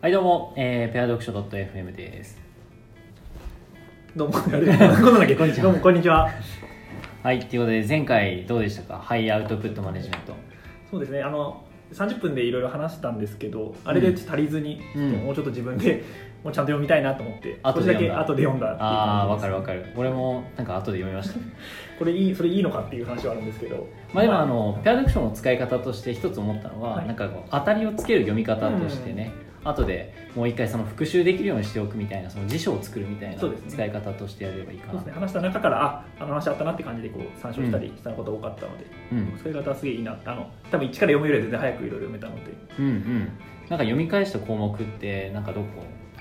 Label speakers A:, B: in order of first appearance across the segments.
A: はいどうも、えー、ペア読書 .fm です
B: どうも、あれこんなんだっけ
A: こんにちは
B: どうも、こんにちは。
A: はいということで前回どうでしたかハイアウトプットマネジメント
B: そうですね、あの、30分でいろいろ話したんですけど、あれでちょっと足りずに、
A: うん
B: もうちょっと自分で、もうちゃんと読みたいなと思って、
A: 後
B: 少
A: で読
B: しだ
A: んだ
B: け後で読んだっていう感じです
A: ああわかるわかる俺もなんか後で読みま した
B: これいい、それいいのかっていう話はあるんですけど。
A: まあでもあのペア読書の使い方として一つ思ったのは、
B: はい
A: なんかこう当たりをつける読み方としてね、後でもう一回その復習できるようにしておくみたいなその辞書を作るみたいな
B: そうですね
A: 使い方としてやればいいか
B: そう
A: な
B: ですね、話した中から、あ、あの話あったなって感じで、こう、参照したりしたことが多かったので、
A: うん
B: 使い方はすげえいいな。あの、多分一から読むよりは全然早くいろいろ読めたので。
A: うんうんなんか読み返した項目ってなんかどこ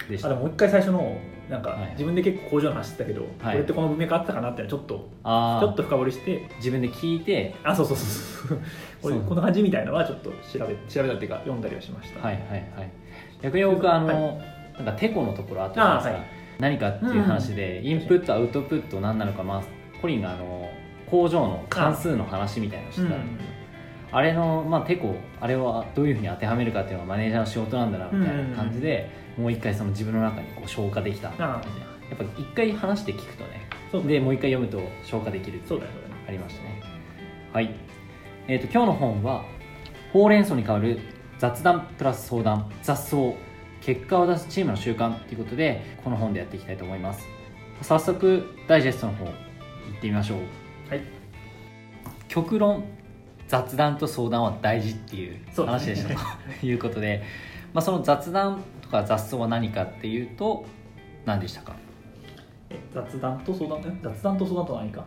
A: でし
B: あ、
A: た
B: でももう一回最初の、なんか、
A: はい
B: 自分で結構工場の話してたけど、これってこの文脈あったかなっていうのはちょっと、
A: あ
B: ちょ
A: あ
B: っと深掘りして、
A: 自分で聞いて
B: あそうそうそうそうこれ
A: そう
B: この感じみたいなのはちょっと調べ調べたっていうか読んだりはしました、
A: はいはいはい逆に僕あの、なんかてこのところあったじゃないですか、
B: あはい
A: 何かっていう話で、インプットアウトプット何なのかまあコリンがあの工場の関数の話みたいなのして
B: う
A: た
B: ん
A: あ,、れのまあてこあれはどういうふうに当てはめるかっていうのがマネージャーの仕事なんだなみたいな感じで、もう一回その自分の中にこう消化できたやっ
B: あ
A: ぱ一回話して聞くとね
B: そう
A: でもう一回読むと消化できるって
B: そ
A: いうう
B: だよね
A: ありましたねはいえー、と今日の本は「ほうれん草に代わる雑談プラス相談雑草結果を出すチームの習慣」ということでこの本でやっていきたいと思います早速ダイジェストの方行ってみましょう
B: はい
A: 極論雑談と相談は大事っていう
B: そうで
A: 話
B: す
A: で
B: ね
A: した ということで、まあ、その雑談とか雑草は何かっていうと何でしたか
B: え雑談と相談え雑談と相談とは何か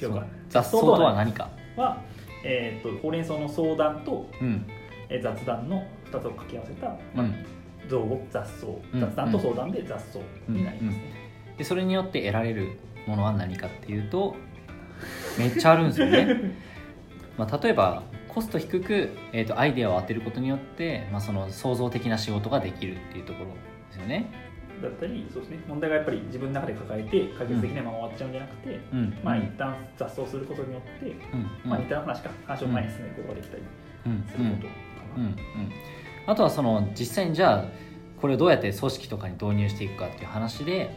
B: 違う
A: そ
B: か
A: う雑草とは何か
B: は、えー、とほうれん草の相談と、
A: うん
B: えー雑談の2つを掛け合わせた
A: うん
B: 造語雑草
A: ん
B: 雑談と相談で雑草になりますね、
A: でそれによって得られるものは何かっていうとめっちゃあるんですよ ね、まあ、例えばコスト低く、えー、とアイデアを当てることによって、まあ、その創造的な仕事ができるっていうところですよね、
B: だったりそうですね問題がやっぱり自分の中で抱えて解決できないまま終わっちゃうんじゃなくて、
A: うん
B: まあ
A: うん
B: 一旦雑草することによって、
A: うんうん
B: まあ、似たような話か話を前に進めることができたり
A: うん
B: することかな、
A: うんうんあとはその実際にじゃあこれをどうやって組織とかに導入していくかっていう話で、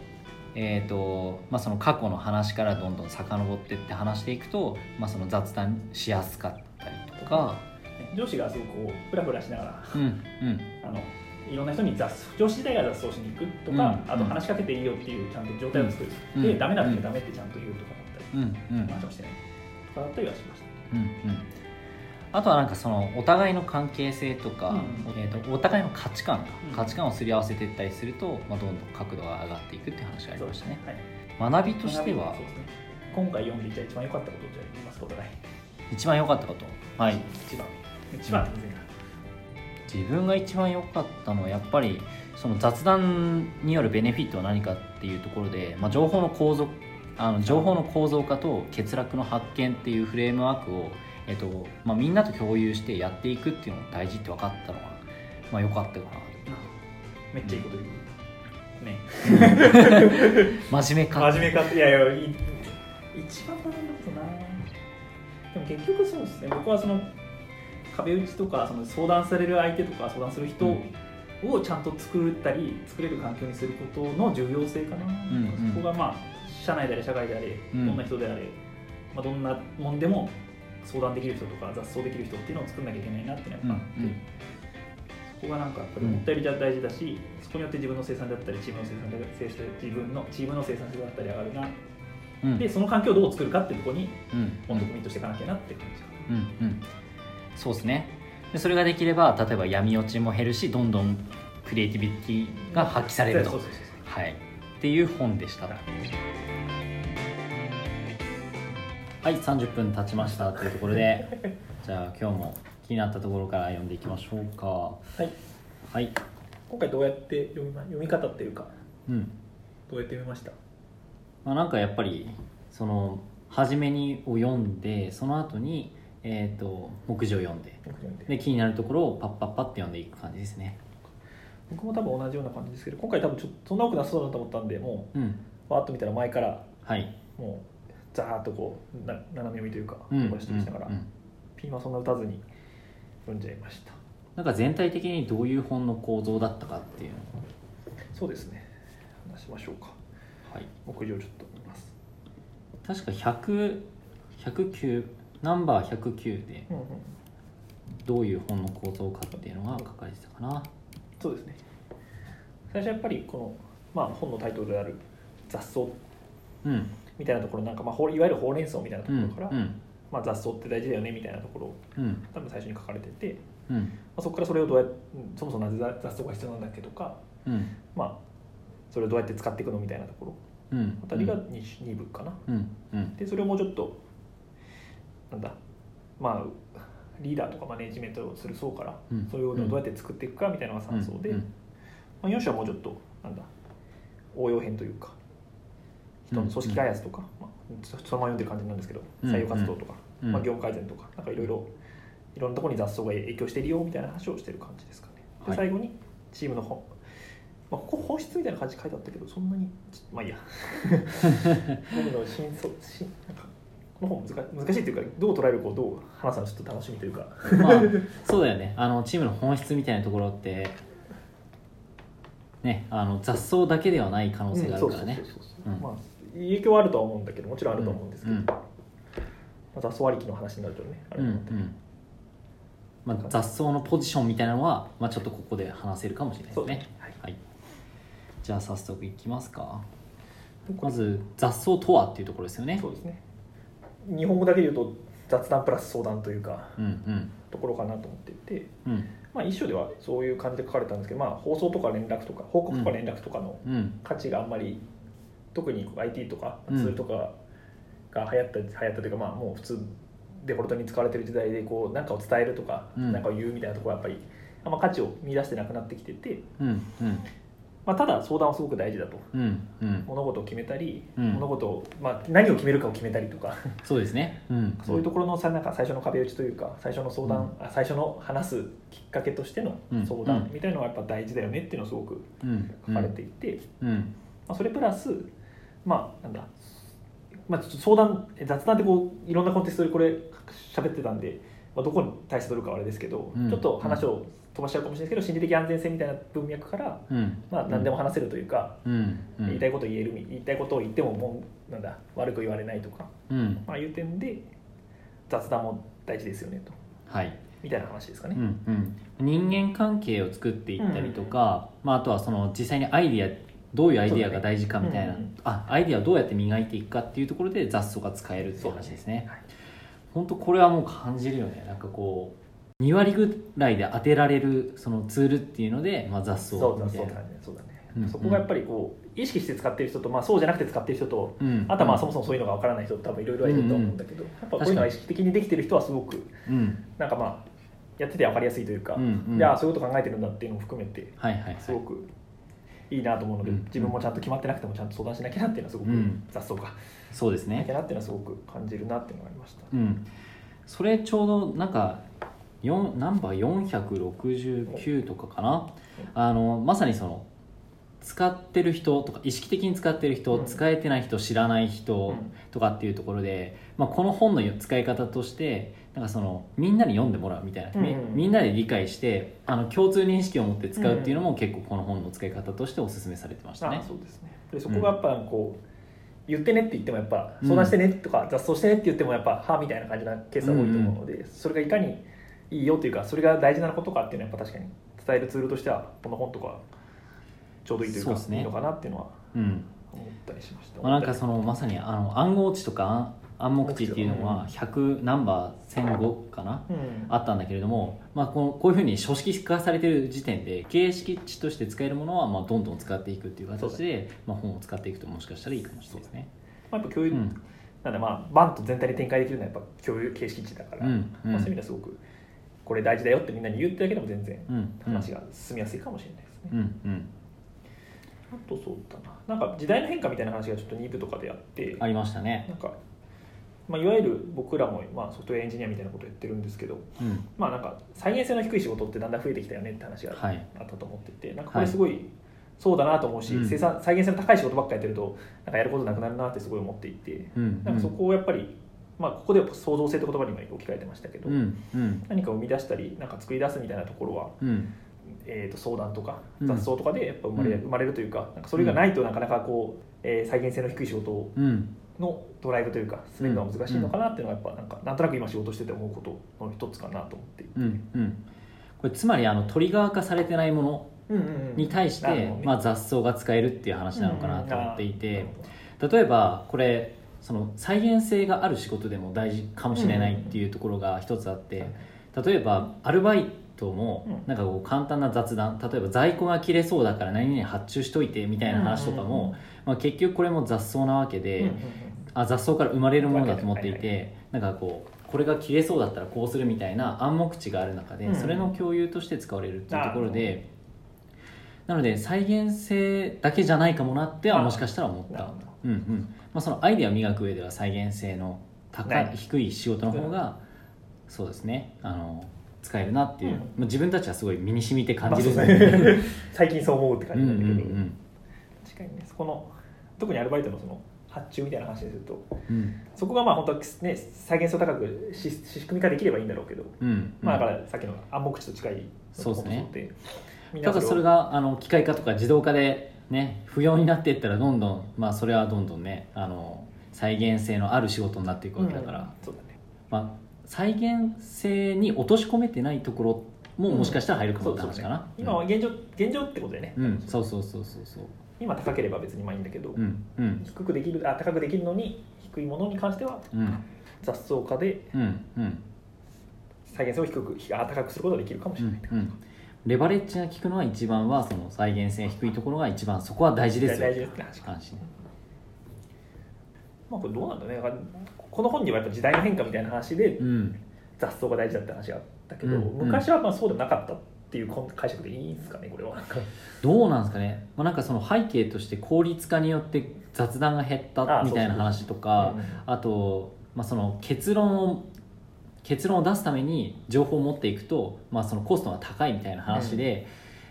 A: えーとまあ、その過去の話からどんどん遡ってって話していくと、まあ、その雑談しやすかったりとか、
B: 上司がすごくこうフラフラしながら
A: うんうん、
B: あのいろんな人に雑草上司自体が雑草しに行くとか、
A: うん
B: あ
A: う
B: と
A: ん
B: 話しかけていいよっていうちゃんと状態を作る、
A: うんう
B: で
A: ん
B: ダメだっ
A: うん
B: てダメってちゃんと言うとかだったり、
A: うんうん
B: 話をしてないとかだったりはしました
A: うんうんあとはなんかそのお互いの関係性とか、
B: うん
A: えー、とお互いの価値観か
B: うん
A: 価値観をすり合わせていったりすると、まあ、どんどん角度が上がっていくっていう話がありましたね
B: はい、
A: 学びとしては
B: そうですね今回読んでいた一番良かったことじゃあ言いますことない
A: 一番良かったことはい
B: 一番一番全然
A: 自分が一番良かったのはやっぱりその雑談によるベネフィットは何かっていうところで、まあ、情報の構造あの情報の構造化と欠落の発見っていうフレームワークを、えっとまあ、みんなと共有してやっていくっていうのが大事って分かったのは、まあ、良かったか
B: めっちゃいいこと言う、
A: な真面目か
B: ね真面目かいやいやいい一番学んだことなでも結局そうですね僕はその壁打ちとかその相談される相手とか相談する人をちゃんと作ったり作れる環境にすることの重要性かな、
A: んうん
B: そこがまあ社内であれ社外であれ
A: うん
B: どんな人であれ、まあ、どんなもんでも相談できる人とか雑草できる人っていうのを作んなきゃいけないなっていうのはやっぱあ
A: う
B: って、
A: んうん
B: そこがなんかやっぱり思ったより大事だし、そこによって自分の生産だったりチームの生産だったり自分のチームの生産性だったり上がるな
A: うん
B: でその環境をどう作るかっていうところに
A: うんう
B: もっと
A: ん
B: コミットしていかなきゃなって感じか
A: うんうんそうですねでそれができれば例えば闇落ちも減るしどんどんクリエイティビティが発揮されると
B: そうそうそうそう
A: はい、っていう本でした。はい、30分経ちましたというところで、 じゃあ今日も気になったところから読んでいきましょうか。
B: はい
A: はい、
B: 今回どうやって読みま読み方っていうか
A: うん、
B: どうやって読みました
A: まあ、なんかやっぱりその初めにを読んで、その後にえっ、と目次を読んで、
B: 僕読んで
A: で気になるところをパッパッパって読んでいく感じですね。
B: 僕も多分同じような感じですけど今回多分ちょっとそんな多くなさそうだなと思ったんでも
A: うん、
B: うわーっと見たら前から
A: はい。
B: もうザーッとこうな斜め読みというか
A: うん、
B: こうしてみしながら、
A: うんうん
B: ピンはそんな打たずに読んじゃいました
A: なんなんか全体的にどういう本の構造だったかっていうの
B: そうですね話しましょうか
A: はい、
B: 目標ちょっと見ます
A: 確か100 109ナンバー109で
B: うんうん
A: どういう本の構造かっていうのが書かれてたかな
B: そうですね最初やっぱりこの、まあ、本のタイトルである雑草
A: うん
B: みたいなところなんか、まあ、ほういわゆるほうれん草みたいなと
A: う
B: こ
A: ん
B: ろから、
A: うん
B: まあ、雑草って大事だよねみたいなところを
A: うん
B: 多分最初に書かれてて、
A: うん
B: まあ、そこからそれをどうやっそもそもなぜ雑雑草が必要なんだっけとか、
A: うん
B: まあ、それをどうやって使っていくのみたいなところ
A: うん
B: あたりが 2, 2部かな
A: うんうん
B: でそれをもうちょっとなんだまあリーダーとかマネジメントをする層から、
A: うん
B: そういうのをどうやって作っていくかみたいなのが3層で、
A: うん
B: まあ、4章はもうちょっとなんだ応用編というか人の組織開発とか、まあ、そそのまま読んでる感じなんですけど
A: うん
B: 採用活動とか、
A: うん
B: まあ、業務改善とかなんかいろいろいろんなところに雑草が影響してるよみたいな話をしてる感じですかね。で
A: はい
B: 最後にチームの本まあ、ここ本質みたいな感じで書いてあったけどそんなにちまあいいや僕の真相真なんかこの本難し難しいっていうかどう捉えるかをどう話すのかちょっと楽しみというか
A: まあそうだよねあのチームの本質みたいなところってねあの雑草だけではない可能性があるからね
B: うんそうそうそうそう
A: うん
B: まあ影響はあるとは思うんだけどもちろんあると思うんですけど、
A: うんうん
B: まあ、雑草ありきの話になるとねあ
A: う
B: れ
A: んう
B: なんで、
A: んまあ、雑草のポジションみたいなのは、まあ、ちょっとここで話せるかもしれないで
B: そう
A: す
B: で
A: ね
B: すねはい
A: はい、じゃあ早速いきますか
B: こ
A: ま
B: れ
A: ず雑草とはっていうところですよね
B: そうですね日本語だけで言うと雑談プラス相談というか
A: うんうん
B: ところかなと思っていて、
A: うん
B: まあ、一章ではそういう感じで書かれたんですけど、まあ、放送とか連絡とか報告とか連絡とかの
A: うん
B: 価値があんまり特に IT とか
A: う
B: ツ
A: ん
B: ールとかが流行った流行ったというか、まあ、もう普通デフォルトに使われてる時代でこう何かを伝えるとか
A: うん
B: 何、なん、かを言うみたいなところはやっぱりあんま価値を見出してなくなってきてて、
A: うんうん
B: まあ、ただ相談はすごく大事だと
A: うんうん
B: 物事を決めたり、
A: うん
B: 物事を、まあ、何を決めるかを決めたりとか
A: そうですねうん
B: そういうところのさなんか最初の壁打ちというか最初の相談、あ最初の話すきっかけとしての
A: うん
B: 相
A: う
B: 談
A: ん
B: みたいのがやっぱ大事だよねっていうのをすごく
A: うん
B: 書かれていて。
A: うん
B: まあ、それプラス、まあ、なんだ、まあ、ちょっと相談、え雑談ってこういろんなコンテストでこれ喋ってたんで、まあ、どこに対して取るかはあれですけど、
A: うん
B: ちょっと話を飛ばしちゃうかもしれないですけど、心理的安全性みたいな文脈から、
A: うん
B: まあ、何でも話せるというか、
A: うんうん
B: 言いたいことを言える、言いたいことを言ってももうなんだ悪く言われないとか、
A: うん
B: まあ、いう点で、雑談も大事ですよねと、
A: はい
B: みたいな話ですか
A: う
B: ね。
A: んうん、人間関係を作っていったりとか、まあ、あとはその実際にアイディアどういうアイディアが大事かみたいな、
B: そうだね
A: あアイディアをどうやって磨いていくかっていうところで雑草が使えるっていう話ですね
B: はい
A: 本当これはもう感じるよねなんかこう2割ぐらいで当てられるそのツールっていうので、まあ、雑草
B: そうだ
A: み
B: そ
A: た
B: う
A: い
B: だ
A: な
B: ねそうだね、
A: うん
B: そこがやっぱりこう意識して使ってる人と、まあ、そうじゃなくて使ってる人と、
A: うん
B: あとはまあそもそもそういうのがわからない人多分いろいろいると思うんだけど、やっぱこういうのが意識的にできてる人はすごく
A: うん
B: なんかまあやってて分かりやすいというか、
A: うんうん
B: でああそういうこと考えてるんだっていうのも含めて
A: はいはいはい
B: すごくいいなと思うので、
A: うん
B: 自分もちゃんと決まってなくてもちゃんと相談しなきゃなっていうのはすごく、
A: うん
B: 雑草か
A: そうです
B: なき
A: ね
B: ゃなっていうのはすごく感じるなっていうのがありました、
A: うんそれちょうどなんか4ナンバー469とかかなあのまさにその使ってる人とか意識的に使ってる人、
B: うん
A: 使えてない人知らない人
B: うん
A: とかっていうところで、まあ、この本の使い方としてなんかそのみんなに読んでもらうみたいな、み
B: うん
A: みんなで理解してあの共通認識を持って使うっていうのも結構この本の使い方としておすすめされてましたね
B: あ。そうですねでそこがやっぱこう、言ってねって言ってもやっぱ相
A: う
B: 談
A: ん
B: してねとか、雑草してねって言ってもやっぱはみたいな感じなケースが多いと思うので、それがいかにいいよというかそれが大事なことかっていうのはやっぱ確かに伝えるツールとしてはこの本とかはちょうどいいというか
A: そうですね
B: いいのかなっていうのは
A: うん
B: 思ったりしました、
A: まあ、なんかそのまさにあの暗号値とか暗暗黙値っていうのは100ナンバー1005かな、
B: うん
A: あったんだけれども、まあ、このこういうふうに書式化されてる時点で形式値として使えるものはまあどんどん使っていくっていう
B: そう
A: 形
B: だ
A: で、まあ、本を使っていくともしかしたらいいかもしれないですね。
B: まあ、やっぱ共有、
A: うん
B: なんでまあバンと全体に展開できるのはやっぱ共有形式値だから、
A: うんうん
B: まあ、そういう意味ではすごくこれ大事だよってみんなに言ってだけでも全然
A: うんうん
B: 話が進みやすいかもしれないですね、
A: うんうん
B: あとそうだななんか時代の変化みたいな話がちょっと2部とかであって
A: ありましたね。
B: なんか、まあ、いわゆる僕らも、まあ、ソフトウェアエンジニアみたいなことをやってるんですけど
A: うん
B: まあなんか再現性の低い仕事ってだんだん増えてきたよねって話があ
A: はい
B: ったと思ってて、なんかこ
A: はい
B: れすごいそうだなと思うし、
A: うん
B: 生産再現性の高い仕事ばっかりやってるとなんかやることなくなるなってすごい思っていて
A: うん
B: なんかそこをやっぱりまあ、ここでは創造性って言葉に今置き換えてましたけど、
A: うんうん
B: 何か生み出したりなんか作り出すみたいなところは、
A: うん
B: えー、と相談とか
A: うん
B: 雑草とかでやっぱ生まれ,、
A: うん
B: 生まれるというかなんかそれがないとなかなかこう、えー再現性の低い仕事
A: うん
B: のドライブというか進めるのは難しいのかなっていうのがやっぱなんかなんとなく今仕事してて思うことの一つかなと思っていて。
A: うんうんこれつまりあのトリガー化されてないもの
B: うんうんうん
A: に対して、
B: なるほどね
A: まあ、雑草が使えるっていう話なのかなと思っていて、
B: うんうん
A: 例えばこれその再現性がある仕事でも大事かもしれないっていうところが一つあって、例えばアルバイトも
B: うん
A: なんかこう簡単な雑談例えば在庫が切れそうだから何々発注しといてみたいな話とかも、まあ、結局これも雑草なわけで、
B: うんうんうん
A: あ雑草から生まれるものだと思ってい
B: わか
A: て、
B: る
A: なんかこうこれが切れそうだったらこうするみたいな暗黙知がある中で、
B: うん
A: それの共有として使われるっていうところ
B: なる
A: でなので再現性だけじゃないかもなっては
B: あ
A: もしかしたら思っ
B: なる
A: た
B: ほど、
A: うんうんまあ、そのアイデアを磨く上では再現性の高
B: ない
A: い低い仕事の方がそうですねあの使えるなっていう、
B: うん
A: まあ、自分たちはすごい身に染みて感じる
B: まあそうですね最近そう思うって感
A: うん
B: じ
A: うん
B: なんだけど、
A: うん
B: 確かにねそこの特にアルバイトのその発注みたいな話ですると
A: うん
B: そこがまあ本当はね再現性を高くし仕組み化できればいいんだろうけど、
A: うんうん
B: まあだからさっきの暗黙知と近い
A: そうですね
B: でみん
A: た
B: な
A: だそれがあの機械化とか自動化でね不要になっていったらどんどんまあそれはどんどんねあの再現性のある仕事になっていくわけだから、
B: うんそうだね
A: まあ、再現性に落とし込めてないところももしかしたら入るかもって話かな、
B: 今は現状現状ってことでね、
A: うん、うんそうそうそうそうそう
B: 今高ければ別にまあいいんだけど、
A: うんうん
B: 低くできるあ高くできるのに低いものに関しては
A: うん
B: 雑草化で
A: うんうん
B: 再現性を低くひあ高くすることができるかもし
A: う
B: れない
A: ん、うんレバレッジが効くのは一番はその再現性が低いところが一番そこは大事ですよ
B: 大事ですね確かに
A: 話ね
B: まあこれどうなんだろうねなんかこの本にはやっぱ時代の変化みたいな話で
A: うん
B: 雑草が大事だって話があったけど、
A: うんうん
B: 昔はまあそうでもなかったっていうこん解釈でいいんですかねこれはなんか
A: どうなんですかね、まあ、なんかその背景として効率化によって雑談が減った
B: あ
A: みたいな話とかあと、まあ、その結論を結論を出すために情報を持っていくと、まあ、そのコストが高いみたいな話で、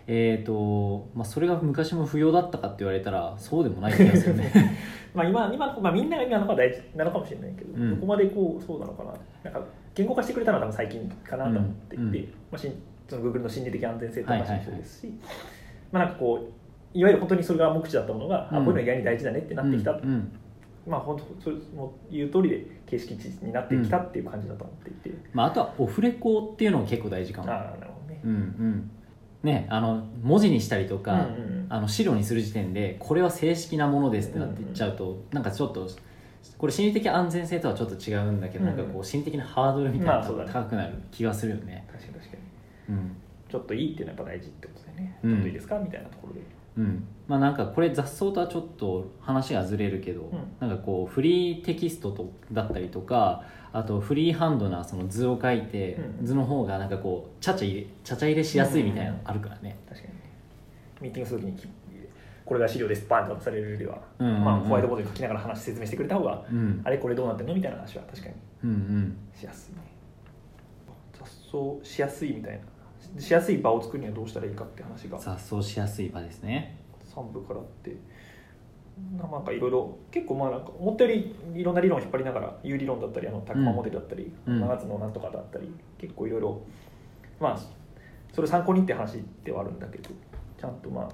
A: えーとまあ、それが昔も不要だったかって言われたらそうでもない気がするね。
B: まあ今今のまあ、みんなが今の方が大事なのかもしれないけど、
A: うん
B: どこまでこうそうなのかななんか言語化してくれたのは多分最近かなと思っていて、
A: うんうん
B: まあ、しんその Google の心理的安全性って話もそうですし、まあなんかこういわゆる本当にそれが目視だったものが、あ
A: うん
B: こういうの意外に大事だねって なってきた、
A: うんうん
B: まあ本当そうもう言う通りで形式になってきたっていう感じだと思っていて、
A: まあ、あとはオフレコっていうのも結構大事かも。
B: ああなるほどね
A: う。んうんね、あの文字にしたりとか、
B: うんうんうん
A: あの資料にする時点でこれは正式なものですってなっていっちゃうと、なんかちょっとこれ心理的安全性とはちょっと違うんだけど、
B: うんうん
A: なんかこう心理的なハードルみたいな
B: まあ
A: の
B: そうだ
A: が
B: ね
A: 高くなる気がするよね。
B: 確かに確かに
A: うん
B: ちょっといいっていうのはやっぱ大事ってことだよね、
A: うん
B: ちょっといいですかみたいなところで、
A: うん、まあなんかこれ雑草とはちょっと話がずれるけど、
B: うん
A: なんかこうフリーテキストとだったりとかあとフリーハンドなその図を書いて、
B: うん
A: 図の方がなんかこうちゃちゃ入れちゃちゃ入れしやすいみたいなのあるからね、
B: 確かにねミーティングするときにきこれが資料ですバンと渡されるよりは、
A: うんうんうん
B: まあ、ホワイトボードに書きながら話説明してくれた方が、
A: うん、うん
B: あれこれどうなってんのみたいな話は確かに
A: うん
B: しやすいね雑草しやすいみたいなししやすい場を作るにはどうしたらいいかって話が
A: 雑草しやすい場ですね
B: 3部からあってななんかいろいろ結構まあなんか思ったよりいろんな理論を引っ張りながら U 理論だったりあのタクマモデルだったり、
A: うん
B: 7つのなんとかだったり結構いろいろまあそれを参考にって話ではあるんだけどちゃんとまあ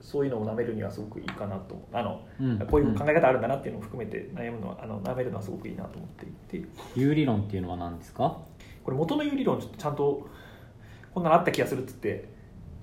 B: そういうのを舐めるにはすごくいいかなとあの
A: うん
B: こういう考え方あるんだなっていうのを含めて悩むのはあの舐めるのはすごくいいなと思っていて
A: 有理論っていうのは何ですか
B: これ元の U 理論ちょっとちゃんとこんなのあった気がするっつって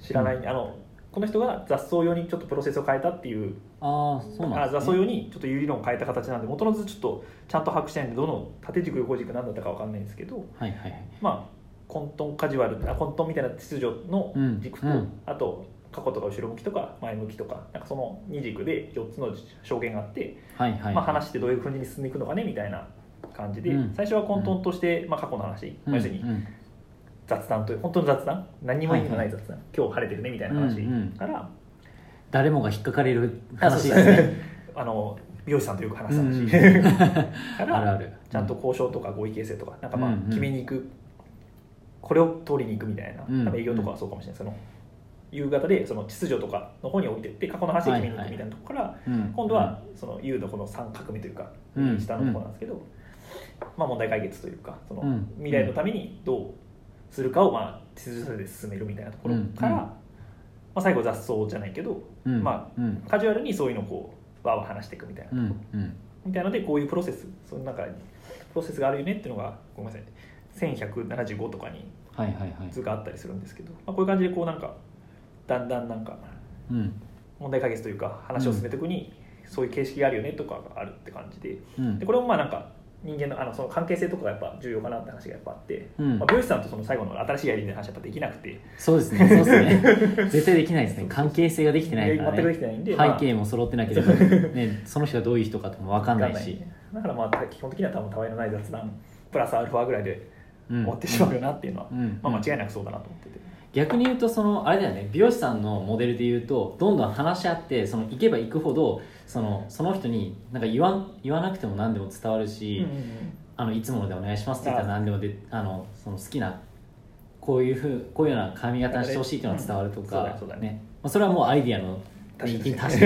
B: 知らない、あのこの人が雑草用にちょっとプロセスを変えたっていう
A: ああそうな
B: あ
A: んで
B: 雑
A: す
B: 草
A: ね
B: 用にちょっと有理論を変えた形なんで元の図ちょっとちゃんと把握してないんでどの縦軸横軸何だったかわかんないんですけど
A: はいはいはい
B: まあ混沌カジュアルあ混沌みたいな秩序の
A: うん
B: 軸と、
A: うん
B: あと過去とか後ろ向きとか前向きとかなんかその2軸で4つの証言があって、
A: はいはいはい
B: まあ、話ってどういうふうに進んでいくのかねみたいな感じで、
A: うん
B: 最初は混沌として、まあ、過去の話、
A: うん
B: まあ要するに
A: うん
B: 雑談という本当の雑談何にも意味のない雑談、今日晴れてるねみたいな話
A: うんうん
B: から、
A: 誰もが引っかかれる
B: あそ
A: 話
B: うそう
A: ですね
B: あの美容師さんとよく話す
A: う
B: 話、
A: んうん
B: か
A: ある
B: ら
A: ある
B: ちゃんと交渉とか合意形成とかなんかま
A: うんうん
B: あ決めに行く、これを取りに行くみたいな、
A: うん
B: 多分営業とかはそうかもしれないその夕方でその秩序とかの方に置いてって過去の話で決めに行くみたいなところから、
A: うん
B: 今度はその U のこの三画目というか、
A: うん
B: 下のところなんですけど、まあ、問題解決というかその
A: うん
B: 未来のためにどうするかをまあ手順で進めるみたいなところから、
A: うんうん
B: まあ、最後雑草じゃないけど
A: うん
B: ま
A: あうん
B: カジュアルにそういうのをこうわーわー話していくみたいな、
A: うんうん
B: みたいのでこういうプロセスその中にプロセスがあるよねっていうのがごめんなさい1175とかに
A: はいはいはい
B: 図があったりするんですけど、まあ、こういう感じでこうなんかだんだんなんか
A: うん
B: 問題解決というか話を進めていくに、そういう形式があるよねとかがあるって感じで
A: うん
B: でこれもまあなんか人間のあのその関係性とかがやっぱ重要かなって話がやっぱあって、
A: うん
B: まあ、美容師さんとその最後の新しいやりの話はやっぱできなくて
A: そうですねそうです ね絶対できないですね関係性ができてないから
B: 全くで
A: ね
B: きてないんで、
A: 背
B: まあ
A: 景も揃ってなければ、ね、その人がどういう人かとも分かんないし
B: だからまあ基本的には多分たわいのない雑談プラスアルファぐらいで
A: うん
B: 終わってしまうよなっていうのは、
A: うん
B: まあ、間違いなくそうだなと思ってて、
A: 逆に言うとそのあれだよね美容師さんのモデルで言うとどんどん話し合ってその行けば行くほどそのその人になんか言わん言わなくても何でも伝わるし、
B: うんうんうん
A: あのいつものでお願いしますって言ったら何でもであのその好きなこういうふうこういうような髪型にしてほしいっていうのが伝わると
B: うん
A: か、
B: そうだよそうだよ
A: ねまあ、それはもうアイディアの
B: 確かに
A: 確か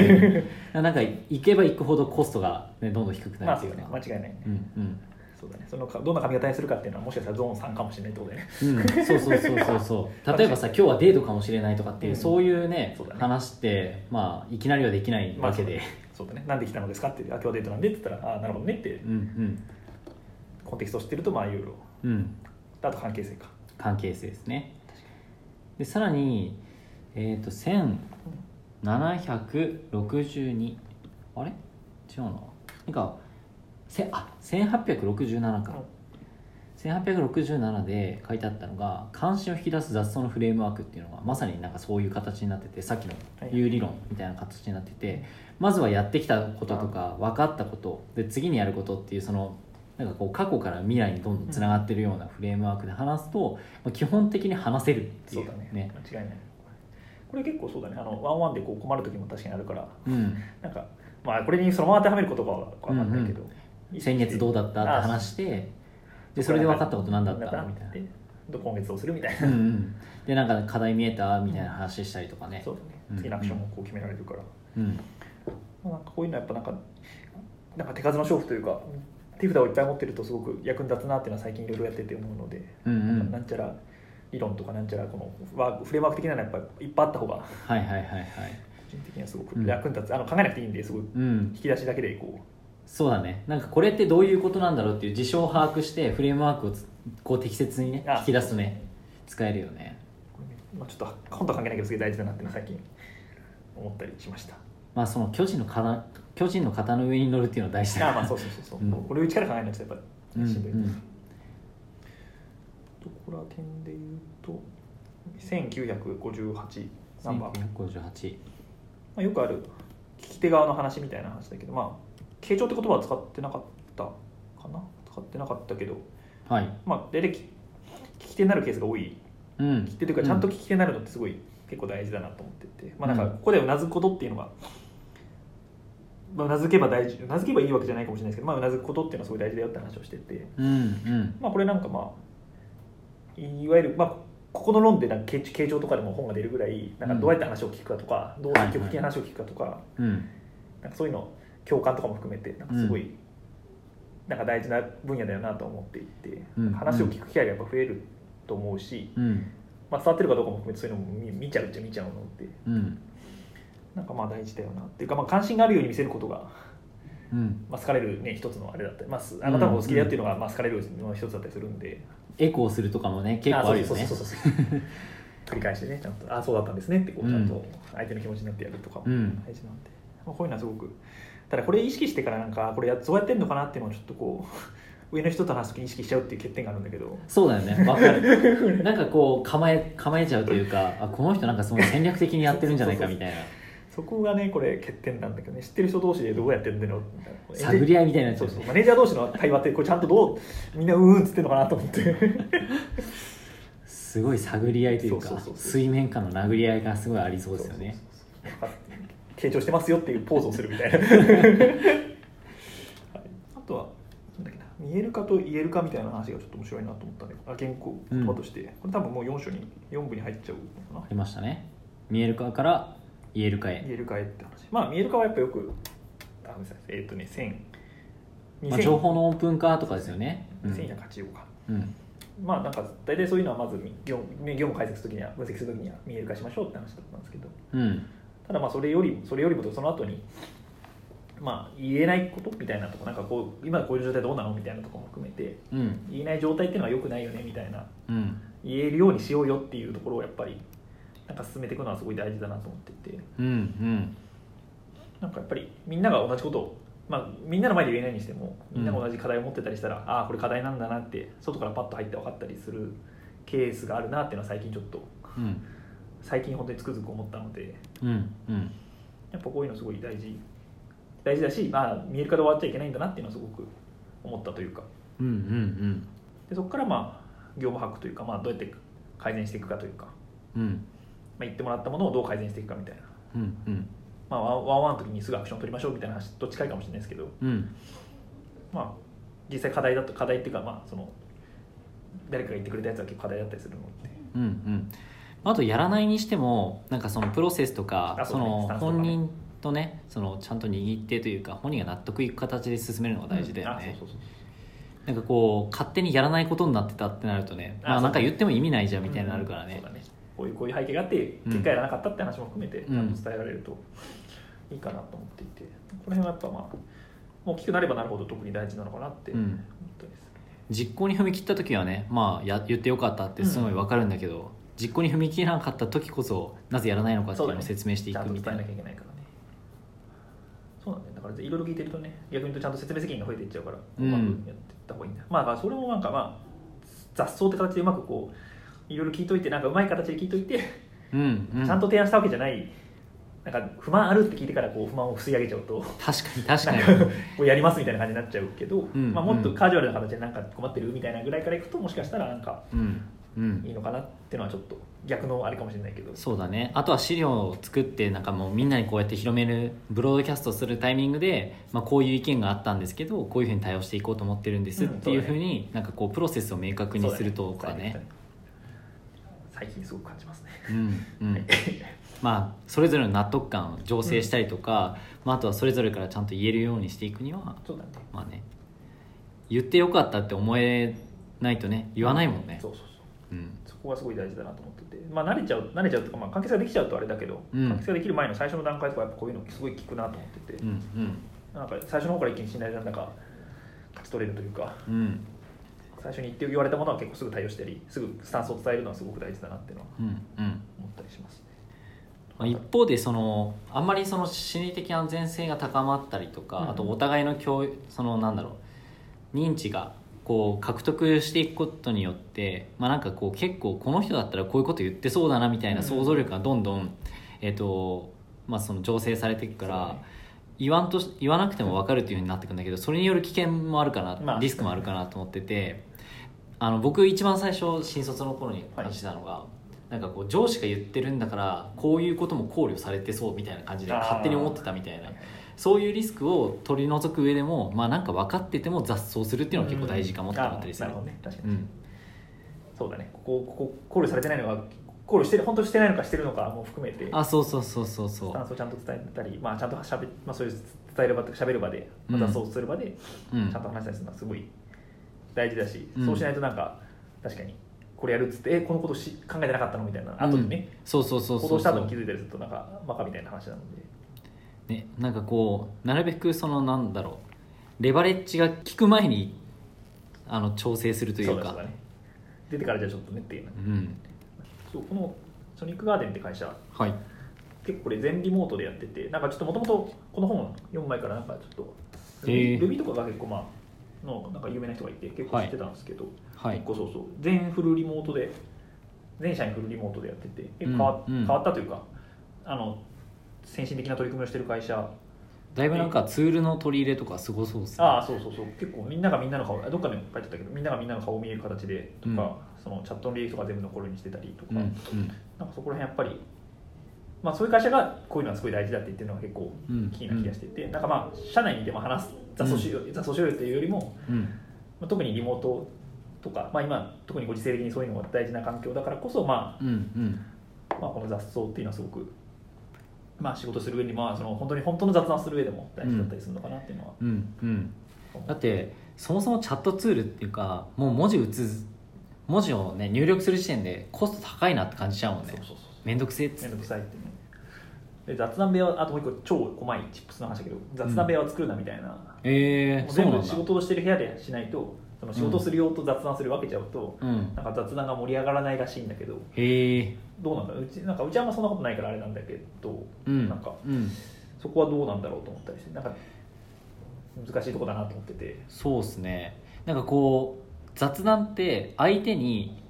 A: に なんか行けば行くほどコストが、ね、どんどん低く
B: ま
A: な
B: あ
A: るって
B: そう
A: い
B: だ
A: う
B: ね
A: か、
B: 間違いないね
A: うんうん
B: そうだねそのかどんな髪型にするかっていうのはもしかしたらゾーン3かもしれないってことでね
A: うん、そうそうそうそうそう 例えばさ今日はデートかもしれないとかっていう、
B: うん
A: そういうね
B: そうだね
A: 話ってまあいきなりはできないわけで、
B: そうだねなんで来たのですかってあ今日デートなんでって言ったらあなるほどねって
A: うん
B: コンテキストを知ってるとまあいろいろ
A: うんうん
B: あと関係性か
A: 関係性ですねでさらにえっ、と1762あれ違うななんかせあ1867か、1867で書いてあったのが関心を引き出す雑草のフレームワークっていうのがまさになんかそういう形になっててさっきの
B: はい
A: 有理論みたいな形になっててまずはやってきたこととか分かったことで次にやることっていうそのなんかこう過去から未来にどんどんつながってるようなフレームワークで話すと、まあ基本的に話せるってい
B: そう
A: う
B: だね
A: ね。
B: 間違いないこれ結構そうだねあのワンワンでこう困る時も確かにあるから
A: うん、
B: なんかまあこれにそのまま当てはめることかは分かんないけど、
A: 先月どうだったって話してでそれで分かったこと何だったみたいな。
B: な今月どうするみたい
A: うんう
B: な、
A: ん、でなんか課題見えたみたいな話したりとかね
B: そうだ
A: うん
B: ね次のアクションもこう決められるから、
A: うん
B: まあなんかこういうのはやっぱなんかなんか手数の勝負というか手札をいっぱい持ってるとすごく役に立つなっていうのは最近いろいろやってて思うので、
A: うんう
B: なんんちゃら理論とかなんちゃらこのワークフレームワーク的なのはやっぱいっぱいあった方が個
A: はいはいはいはい
B: 人的にはすごく役に立つ、あの考えなくていいんですごい
A: うん
B: 引き出しだけでこ
A: そうだねなんかこれってどういうことなんだろうっていう事象を把握してフレームワークをつこう適切にね
B: あ
A: 引き出すとね使えるよね
B: う、まあ、ちょっと本とは関係ないけどすげえ大事だなっていうのは最近思ったりしま した
A: まあその巨人の肩巨人の肩の上に乗るっていうのは大事だ
B: あ
A: な
B: あまあそうそうそうそう、
A: うん
B: これをうちから考えないとやっぱ
A: う
B: り
A: んう
B: しんどい、と
A: ん
B: こら辺で言うと1958ナンバー、ま
A: 1958
B: あ、よくある聞き手側の話みたいな話だけどまあ傾聴って言葉は使ってなかったかな使ってなかったけど
A: はい
B: まあ大体聞聞き手になるケースが多い
A: うん
B: 聞き手というかちゃんと聞き手になるのってすごい結構大事だなと思ってて、まあなんか
A: うん
B: ここでうなずくことっていうのが、まあ、うなずけば大事うなずけばいいわけじゃないかもしれないですけど、まあ、うなずくことっていうのはすごい大事だよって話をしてて、
A: うんうん
B: まあ、これなんかまあいわゆる、まあ、ここの論でなんか形形状とかでも本が出るぐらいなんかどうやって話を聞くかとか、どう積極的な話を聞くかとか,、
A: うん
B: なんかそういうの共感とかも含めてなんかすごい、なんか大事な分野だよなと思っていて、
A: うん
B: 話を聞く機会がやっぱ増えると思うし、
A: うん
B: まあ、伝わってるかどうかも含めてそういうのも見見ちゃうっちゃ見ちゃうのって
A: うん
B: なんかまあ大事だよなっていうか、まあ、関心があるように見せることが、
A: うん
B: まあ、好かれる、ね、一つのあれだったり、まあ、すあなたもお好きだよっていうのが、まあ、好かれるのの一つだったりするんで
A: エコーするとかもね結構あるよ
B: そう
A: ね
B: そうそうそうそう 繰り返してねちゃんとあそうだったんですねってこうちゃんと相手の気持ちになってやるとかも
A: うん
B: 大事なんで、まあ、こういうのはすごくただこれ意識してからなんかこれやそうやってんのかなっていうのをちょっとこう 上の人と話す時に意識しちゃうっていう欠点があるんだけど
A: そうだよねわかる なんかこう構え構えちゃうというかあこの人なんかすごい戦略的にやってるんじゃないかみたいな
B: そこがねこれ欠点なんだけどね知ってる人同士でどうやってんだろうみたいなこう
A: 探り合いみたいになっち
B: そ
A: ゃ
B: う
A: う
B: そうマネージャー同士の対話ってこれちゃんとどうみんなうーんっつってんのかなと思って
A: すごい探り合いというか
B: そうそうそうそう
A: 水面下の殴り合いがすごいありそうですよね
B: そうそうそう傾聴してますよっていうポーズをするみたいな、はいあとはなんだっけな見える化と言える化みたいな話がちょっと面白いなと思ったんであ原稿言葉として、これ多分もう4章に4部に入っちゃうの
A: あ
B: か
A: りましたね見える化から言える化
B: な
A: へ
B: 見える化へって話まあ見える化はやっぱよくあごめんなさいえっ、とね
A: まあ、情報のオープン化とかですよね。うん
B: 2185か、
A: うん
B: まあなんか大体そういうのはまず業務業務解析するときには分析するときには見える化しましょうって話だったんですけど
A: うん
B: ただまあそれよりもそれよりもその後にまあ言えないことみたいなとこなんかこう今こういう状態どうなのみたいなとこも含めて
A: うん
B: 言えない状態っていうのは良くないよねみたいな
A: うん
B: 言えるようにしようよっていうところをやっぱりなんか進めていくのはすごい大事だなと思ってて
A: うんうん
B: なんかやっぱりみんなが同じことを、まあ、みんなの前で言えないにしてもみんなが同じ課題を持ってたりしたら、ああこれ課題なんだなって外からパッと入って分かったりするケースがあるなっていうのは最近ちょっと
A: うん
B: 最近本当につくづく思ったので
A: うんうん
B: やっぱこういうのすごい大事大事だし、まあ、見える化で終わっちゃいけないんだなっていうのはすごく思ったというか
A: うんうん
B: でそこからまあ業務把握というか、まあ、どうやって改善していくかというか、ま
A: うんうん
B: あ、言ってもらったものをどう改善していくかみたいな、
A: うんうん
B: まあ、ワンワンワンの時にすぐアクション取りましょうみたいな話と近いかもしれないですけど
A: うん
B: まあ、実際課題だと課題っていうか、まあ、その誰かが言ってくれたやつは結構課題だったりするので
A: うんうんあとやらないにしてもなんかそのプロセスとか
B: あ
A: そ
B: そうね
A: の
B: スタンスとかね
A: 本人とねそのちゃんと握ってというか本人が納得いく形で進めるのが大事だよ
B: あ
A: ね
B: そうそうそう
A: なんかこう勝手にやらないことになってたってなるとね
B: あ
A: まあ
B: そう
A: なんか言っても意味ないじゃんみたいになるから
B: うん
A: ね
B: そうだねこういうこういう背景があって結果やらなかったって話も含めて
A: う
B: ちゃ
A: ん
B: んと伝えられるといいかなと思っていて、この辺はやっぱまあもう大きくなればなるほど特に大事なのかなって
A: う
B: 思っ
A: ん
B: たです、
A: 実行に踏み切った時はねまあや言ってよかったってすごいわかるんだけど、実行に踏み切らなかった時こそなぜやらないのかっていうのを説明してい
B: ちゃ
A: く
B: んと
A: み
B: 伝
A: たいな
B: えなきゃいけないからねそうなんだよだからいろいろ聞いてるとね逆に言うとちゃんと説明責任が増えていっちゃうから
A: う
B: うんまくやっていった方がいいんだ、まあだからそれもなんかまあ雑草って形でうまくこういろいろ聞いといてなんかうまい形で聞いといて
A: うんうん
B: ちゃんと提案したわけじゃない、なんか不満あるって聞いてからこう不満を防い上げちゃうと、
A: 確か に確かに
B: なんかこうやりますみたいな感じになっちゃうけど、
A: ん
B: まあ、もっとカジュアルな形でなんか困ってるみたいなぐらいからいくと、もしかしたらなんか
A: うんうん
B: いいのかなっていうのはちょっと逆のあれかもしれないけど、
A: そうだねあとは資料を作ってなんかもうみんなにこうやって広めるブロードキャストするタイミングで、まあ、こういう意見があったんですけどこういうふうに対応していこうと思ってるんですっ
B: うん
A: ていうふ
B: そうだ
A: う
B: ね
A: に、なんかこうプロセスを明確にするとかね
B: 最近すごく感じますね。
A: うん うんまあそれぞれの納得感を醸成したりとか、まあ、あとはそれぞれからちゃんと言えるようにしていくには
B: そうだね
A: まあね言ってよかったって思えないとね言わないもんね
B: そうそうそう
A: うん
B: そこがすごい大事だなと思ってて、まあ、慣れちゃう慣れちゃうというか、まあ、関係性ができちゃうとあれだけど、
A: うん
B: 関係性ができる前の最初の段階とかやっぱこういうのすごい効くなと思ってて、
A: うん
B: なんか最初の方から一気に信頼なんだか勝ち取れるというか
A: うんうん
B: 最初に言って言われたものは結構すぐ対応したりすぐスタンスを伝えるのはすごく大事だなっていうのは
A: うんうん
B: 思ったりしますね
A: まあ、一方でそのあんまりその心理的安全性が高まったりとか、
B: うん
A: あとお互いの共有そのなんだろう認知がこう獲得していくことによって、まあ、なんかこう結構この人だったらこういうこと言ってそうだなみたいな
B: うん
A: 想像力がどんどん、えっとまあ、その醸成されていくから、
B: そうね
A: 言わんとし言わなくても分かるっていうふうになってくんだけどそれによる危険もあるかな、
B: まあ
A: リスクもあるかなと思っててあの僕一番最初新卒の頃に感じたのが、なんかこう上司が言ってるんだからこういうことも考慮されてそうみたいな感じで
B: あー
A: 勝手に思ってたみたいなそういうリスクを取り除く上でもまあなんか分かってても雑草するっていうのは結構大事かもって思ったりす
B: あ
A: る
B: なるほどね確か
A: う
B: に、
A: ん
B: そうだねここここ考慮されてないのが考慮してる本当にしてないのかしてるのかも含めて
A: あそうそうそうそう
B: ス
A: そ
B: タン
A: う
B: スをちゃんと伝えたり、まあ、ちゃんとしゃべ、まあ、そういう伝える場とかしゃべる場で
A: うん
B: またそうする場で
A: うん
B: ちゃんと話したりするのはすごい大事だし、
A: うん
B: そうしないとなんか確かにこれやるっつってえこのことし考えてなかったのみたいな後でね、
A: うんそうそうそう
B: 行
A: そ
B: 動
A: う
B: した後に気づいたりするとなんかバカみたいな話なので
A: ね、なんかこうなるべくそのなんだろうレバレッジが効く前にあの調整するとい
B: そう
A: う
B: だ
A: か
B: そうだね出てからじゃあちょっとねっていう
A: うん
B: そうこのソニックガーデンって会社
A: はい
B: 結構これ全リモートでやっててなんかちょっともともとこの本読む前からなんかちょっ
A: へ
B: と
A: ー
B: Ruby とかが結構まあのなんか有名な人がいて結構知ってたんですけど、
A: はい
B: 結構そうそう全フルリモートで全社員フルリモートでやってて結構変わ,、
A: うんうん
B: 変わったというかあの先進的な取り組みをしてる会社
A: だいぶなんかツールの取り入れとかすごそうですね
B: ああそうそうそう結構みんながみんなの顔どっかでも書いてたけどみんながみんなの顔を見える形でとか、そのチャットの履歴とか全部残るようにしてたりとか、
A: うん
B: なんかそこら辺やっぱり、まあ、そういう会社がこういうのはすごい大事だって言ってるのが結構
A: うん
B: キーな気がしてて、なんかまあ社内にいても話す雑草しよう、雑草しようよっていうよりも、
A: うんうん
B: まあ、特にリモートとか、まあ、今特にご時世的にそういうのが大事な環境だからこそ、ま
A: うんうん
B: あ、まあこの雑草っていうのはすごく、まあ、仕事する上にまあその本当に本当の雑談する上でも大事だったりするのかなっていうのは
A: うんうんだってそもそもチャットツールっていうかもう文字打つ文字をね入力する時点でコスト高いなって感じちゃうもん
B: そう
A: ね
B: そうそう
A: めんどくせえっつっ
B: めん
A: て
B: どくさいってねで雑談部屋はあともう一個超細いチップスの話だけど雑談部屋を作るなみたいな、
A: えー、
B: もう
A: そう
B: 全
A: なん
B: 部
A: だ
B: 仕事をしてる部屋でしないとその仕事する用と雑談する分けちゃうと、
A: うん
B: なんか雑談が盛り上がらないらしいんだけど
A: へえ
B: どうなんだろううちなんかうちはあんまそんなことないからあれなんだけど、
A: うん
B: なんか
A: うん
B: そこはどうなんだろうと思ったりしてなんか難しいとこだなと思ってて
A: そうっすねなんかこう雑談って相手に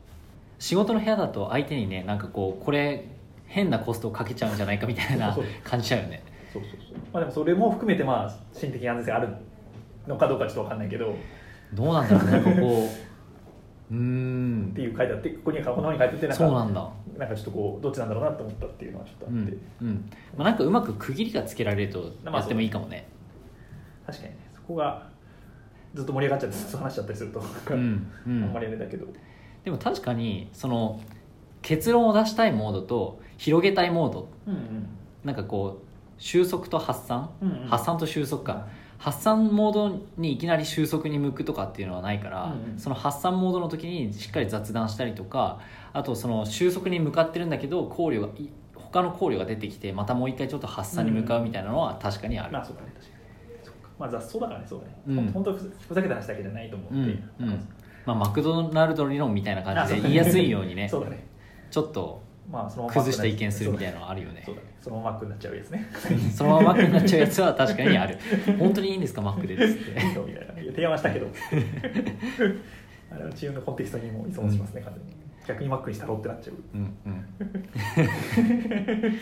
A: 仕事の部屋だと相手にねなんかこうこれ変なコストをかけちゃうんじゃないかみたいな
B: そう
A: 感じだよね
B: そうそうそうまあでもそれも含めてまあ心的安全性あるのかどうかちょっと分かんないけど
A: どうなんだろうねなんかこううー
B: って
A: ん
B: いう書いてあってここにはこの方に書いてあってなんか
A: そうなんだ
B: なんかちょっとこうどっちなんだろうなと思ったっていうのはちょっとあ
A: う
B: って、
A: ん、うんまあ、なんかうまく区切りがつけられるとやってもいいかもね、
B: 確かにねそこがずっと盛り上がっちゃってずっと話しちゃったりすると、
A: うんう
B: あんま
A: ん、
B: りあれだけど
A: でも確かにその結論を出したいモードと広げたいモード
B: うんうん
A: なんかこう収束と発散、
B: うんうん
A: 発散と収束か発散モードにいきなり収束に向くとかっていうのはないから、
B: うんうん
A: その発散モードの時にしっかり雑談したりとかあとその収束に向かってるんだけど考慮がい他の考慮が出てきてまたもう一回ちょっと発散に向かうみたいなのは確かにある、
B: まあそうだね確かにそうかまあ雑草だからねそうだね、
A: うん
B: 本当ふざふざけた話だけじゃないと思って、
A: うんうんまあ、マクドナルド理論みたいな感じで言いやすいようにね
B: そうだね
A: ちょっと
B: まあそのまま
A: 崩した意見するみたい
B: な
A: なのあるよね
B: そうだねそのままマックになっちゃうやつね
A: そのままマックになっちゃうやつは確かにある本当にいいんですかマックでっつって
B: いいよみたいないや提案はした けどあれはチームのコンテキストにも依存しますね、完全に逆にマックにしたろうってなっちゃう
A: うんうん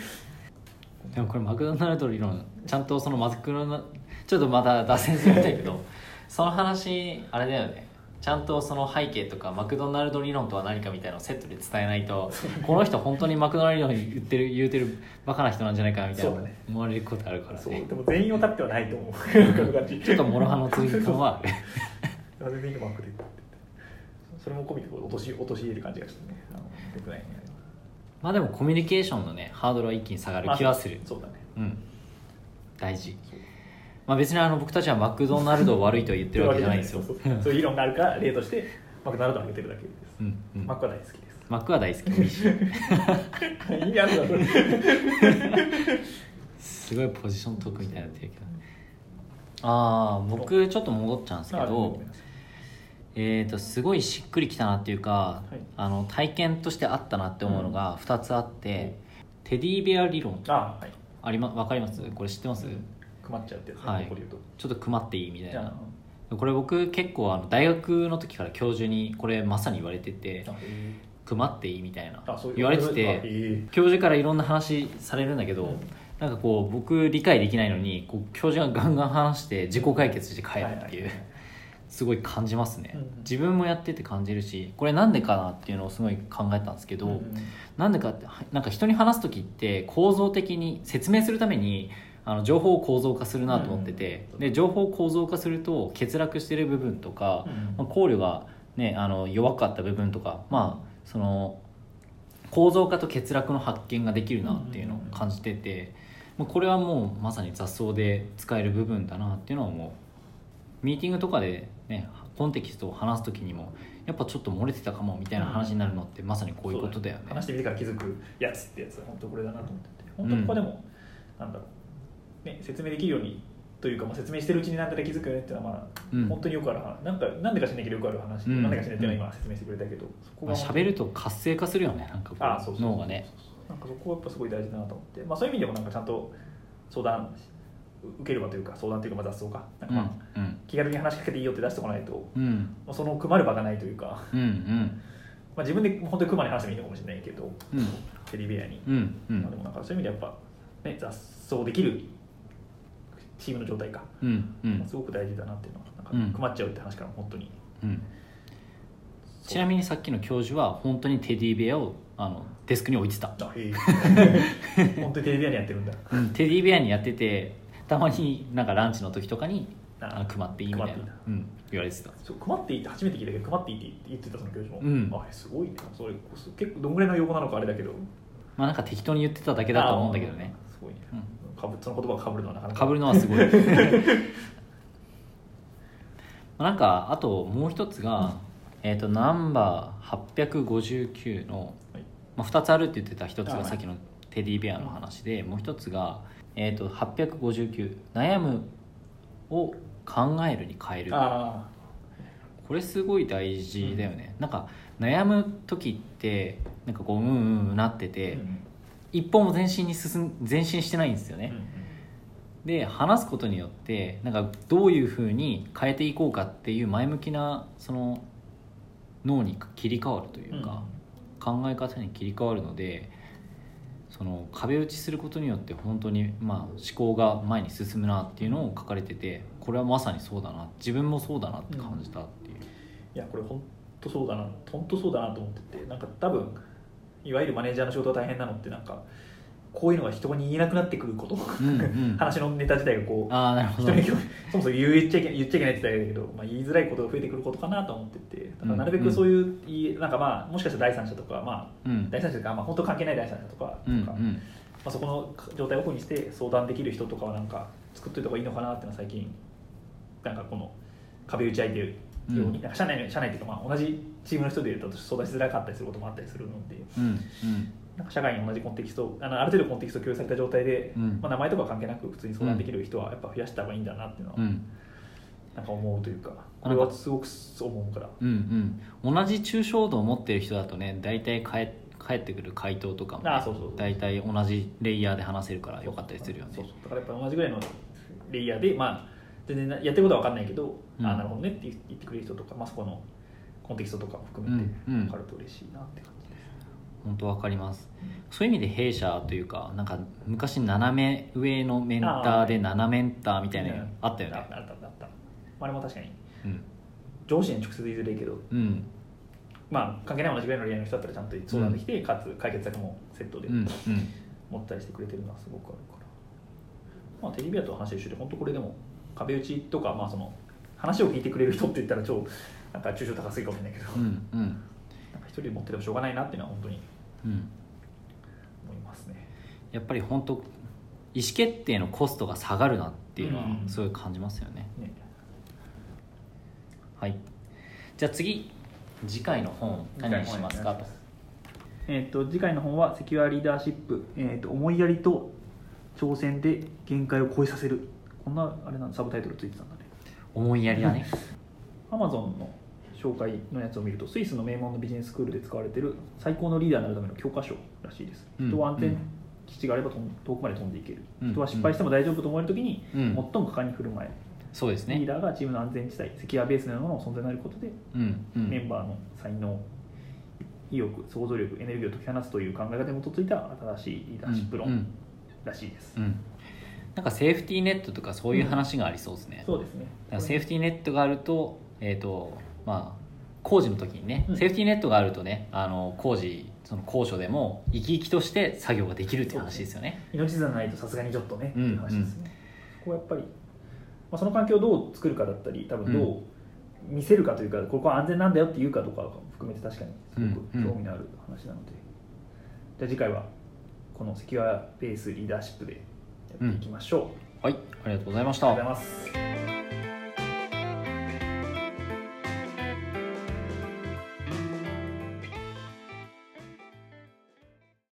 A: でもこれマクドナルド理論ちゃんとそのマクドナちょっとまた脱線するみたいけど その話あれだよねちゃんとその背景とかマクドナルド理論とは何かみたいなのをセットで伝えないとこの人本当にマクドナルドに言ってる言うてるバカな人なんじゃないかみたいな
B: そうだね
A: 思われることあるから
B: そう
A: ね
B: でも全員を立ってはないと思うち
A: ちょっと諸刃の剣感はある
B: 全然いいマックでって言ってそれも込みでこう落とし落とし入れる感じがしてねあの良くないね
A: まあでもコミュニケーションのねハードルは一気に下がる気はする
B: まあそうだね
A: うん大事
B: そう
A: まあ、別にあの僕たちはマクドナルドを悪いとは言ってるわけじゃないんですよ
B: そうそうそういう理論があるから例としてマクドナルドを挙げてるだけです、
A: うんうん
B: マックは大好きで
A: マックは大好き美味しい
B: す 意味あるだろう
A: すごいポジション得みたいになってるけどああ僕ちょっと戻っちゃうんですけどえー、とすごいしっくりきたなっていうか、
B: はい
A: あの体験としてあったなって思うのが2つあって、テディベア理論
B: あはい
A: あり、ま、分かりますこれ知ってます、
B: くまっちゃうってやつね、
A: はい
B: ここで言うと
A: ちょっとくまっていいみたい
B: じゃあ
A: なこれ僕結構あの大学の時から教授にこれまさに言われてて
B: あへ
A: くまっていいみたいな
B: ーあそういう
A: 言われて
B: あへ
A: て
B: ー
A: 教授からいろんな話されるんだけど、
B: うん
A: なんかこう僕理解できないのにこう教授がガンガン話して自己解決して帰るっていう、
B: はいはい
A: すごい感じますね、
B: うんうん
A: 自分もやってて感じるしこれなんでかなっていうのをすごい考えたんですけど、
B: うんうん
A: なんでかってはなんか人に話す時って構造的に説明するためにあの情報を構造化するなと思ってて、
B: うん
A: で情報を構造化すると欠落してる部分とか、まあ、考慮が、ね、あの弱かった部分とか、まあ、その構造化と欠落の発見ができるなっていうのを感じてて、まあ、これはもうまさに雑草で使える部分だなっていうのは思うミーティングとかで、ね、コンテキストを話す時にもやっぱちょっと漏れてたかもみたいな話になるのってまさにこういうことだよね。
B: 話してみてから気づくやつってやつは本当これだなと思ってて本当ここでも、なんだろう、ね、説明できるようにというか、まあ、説明してるうちになんだか気づくよねっていうのは、まあ
A: うん
B: 本当によくある話なんかなんでか知んないけどよくある話で、
A: うん
B: なんでか知んないっていうのは今説明してくれたけどそこ
A: まあ、喋ると活性化するよねなんかこう
B: あそうそう
A: 脳がね
B: なんかそこはやっぱすごい大事だなと思って、まあ、そういう意味でもなんかちゃんと相談受ける場というか相談というかまあ雑草かなん
A: うん
B: かま
A: う
B: あ、
A: ん
B: 気軽に話しかけていいよって出してこないとも
A: うん
B: うその組まる場がないというか、
A: うんうん
B: まあ、自分で本当に組まに話してもいいのかもしれないけど
A: うん
B: テレビ屋に
A: うんう
B: まあ、で
A: ん
B: もなんかそういう意味でやっぱ、ね、雑草できるチームの状態か、
A: うんうん
B: まあすごく大事だなっていうのはなんか、
A: うん
B: 困っちゃうって話からも本当に
A: うんちなみにさっきの教授は本当にテディベアをあのデスクに置いてた、
B: あへえ 本当にテレビ屋にやってるんだ
A: うん、テディベアにやっててたまになんかランチの時とかに
B: あ
A: あの配っていいみたいな
B: 配っていいんだ
A: うん、言われてた
B: そう困っていいって初めて聞いたけど困っていいって言ってたその教授も、
A: うん
B: あすごいねそれす結構どんぐらいの用語なのかあれだけど
A: まあなんか適当に言ってただけだと思うんだけどね
B: あーすごいね、
A: う
B: かぶその言葉がかぶるのはなかなか
A: かぶるのはすごい確まあ なんかあともう一つが、えっ、とナンバー859の、
B: はい
A: まあ、2つあるって言ってた1つ
B: あは
A: が
B: い
A: さっきのテディベアの話で、もう一つが、えっと859「悩む」を考えるに変える
B: あ
A: これすごい大事だよね、なんか悩む時ってなんかこううんうんうんなって
B: ー
A: て、
B: うん
A: 一歩も前進に進ん前進してないんですよね、
B: うん
A: で話すことによってなんかどういうふうに変えていこうかっていう前向きなその脳に切り替わるというか、考え方に切り替わるのでその壁打ちすることによって本当にまあ思考が前に進むなっていうのを書かれててこれはまさにそうだな自分もそうだなって感じたっていう、
B: いやこれ本当そうだな本当そうだなと思っててなんか多分いわゆるマネージャーの仕事が大変なのってなんかこういうのが人に言えなくなってくること、
A: うんうん
B: 話のネタ自体がこう
A: ああなるほど
B: 人にそもそも言っちゃいけ言っちゃいけないって言ったらあれだけど、まあ、言いづらいことが増えてくることかなと思っててだからなるべくそういう、いいなんかまあもしかしたら第三者とか、ま
A: う
B: あ、
A: ん
B: 第三者とか、まあ、本当関係ない第三者とか
A: うんう
B: とかま
A: ん
B: あ、そこの状態をオフにして相談できる人とかはなんか作っといた方がいいのかなっていうのは最近なんかこの壁打ち合いでように、
A: うん
B: なんか社内の社内っていうかまあ同じチームの人でいうと相談しづらかったりすることもあったりするので
A: うん
B: なんか社会に同じコンテキストあのある程度コンテキストを共有された状態で、
A: うん
B: まあ、名前とか関係なく普通に相談できる人はやっぱ増やした方がいいんだなっていうのは
A: うんうん
B: なんか思うというかこれはすごくそう思うから
A: うんうん同じ抽象度を持ってる人だとね大体返返ってくる回答とかも、ね、
B: ああそうそう
A: 大体同じレイヤーで話せるからよかったりするよね
B: そうそうだからやっぱ同じぐらいのレイヤーでまあ全然なやってることは分かんないけど、
A: うん
B: ああなるほどねって言言ってくれる人とか、まあ、そこのコンテキストとかも含めて
A: うんうん
B: 分かると嬉しいなって感じです、
A: 本当わかりますそういう意味で弊社というかなんか昔斜め上のメンターで7メンターみたいなのあったよ
B: あ
A: ね
B: ったあったあったあれも確かに
A: うん
B: 上司に直接言いづらいけど
A: うん
B: まあ関係ない同じぐらいのレイヤーの人だったらちゃんと相談できて、かつ解決策もセットで
A: うんうん
B: 持ったりしてくれてるのはすごくあるから、まあ、テレビアと話一緒で本当これでも壁打ちとか、まあ、その話を聞いてくれる人って言ったら超なんか抽象高すぎるかもしれないけど、
A: う
B: なん
A: んうん
B: か一人で持っててもしょうがないなっていうのは本当に
A: うん
B: 思いますね
A: やっぱり本当意思決定のコストが下がるなっていうのは
B: うん
A: すごい感じますよね、
B: ね
A: はいじゃあ次次回の本何にしますかと
B: えー、と次回の本は「セキュアリーダーシップ、えー、と思いやりと挑戦で限界を超えさせる」こんなあれなんサブタイトルついてたんだね
A: 思いやりだね
B: アマゾンの紹介のやつを見るとスイスの名門のビジネススクールで使われている最高のリーダーになるための教科書らしいです、
A: うん
B: 人は安
A: うん
B: 全基地があればとん遠くまで飛んでいける、
A: うん
B: 人は失敗しても大丈夫と思えるときに、
A: うん
B: 最も果敢に振る舞える、
A: そうです
B: リー
A: ね
B: ダーがチームの安全地帯セキュアベースのようなものを存在になることで、
A: うんう
B: メン
A: ん
B: バーの才能意欲想像力エネルギーを解き放つという考え方に基づいた新しいリーダーシップ
A: うんう
B: 論
A: ん
B: らしいです、
A: うんなんかセーフティーネットとかそういう話がありそうですね、
B: そうですね
A: だからセーフティーネットがあるとえっ、とまあ工事の時にね、
B: うん
A: セーフティーネットがあるとねあの工事その高所でも生き生きとして作業ができるって話ですよね
B: 命綱ないとさすがにちょっとね、
A: うん
B: っていう話ですねここはやっぱり、まあ、その環境をどう作るかだったり多分どう見せるかというか、ここは安全なんだよっていうかとかも含めて確かにすごく興味のある話なので、じゃあ次回はこのセキュアベースリーダーシップでやっていきましょう、
A: はいありがとうございまし
B: あ
A: た
B: りがとうございます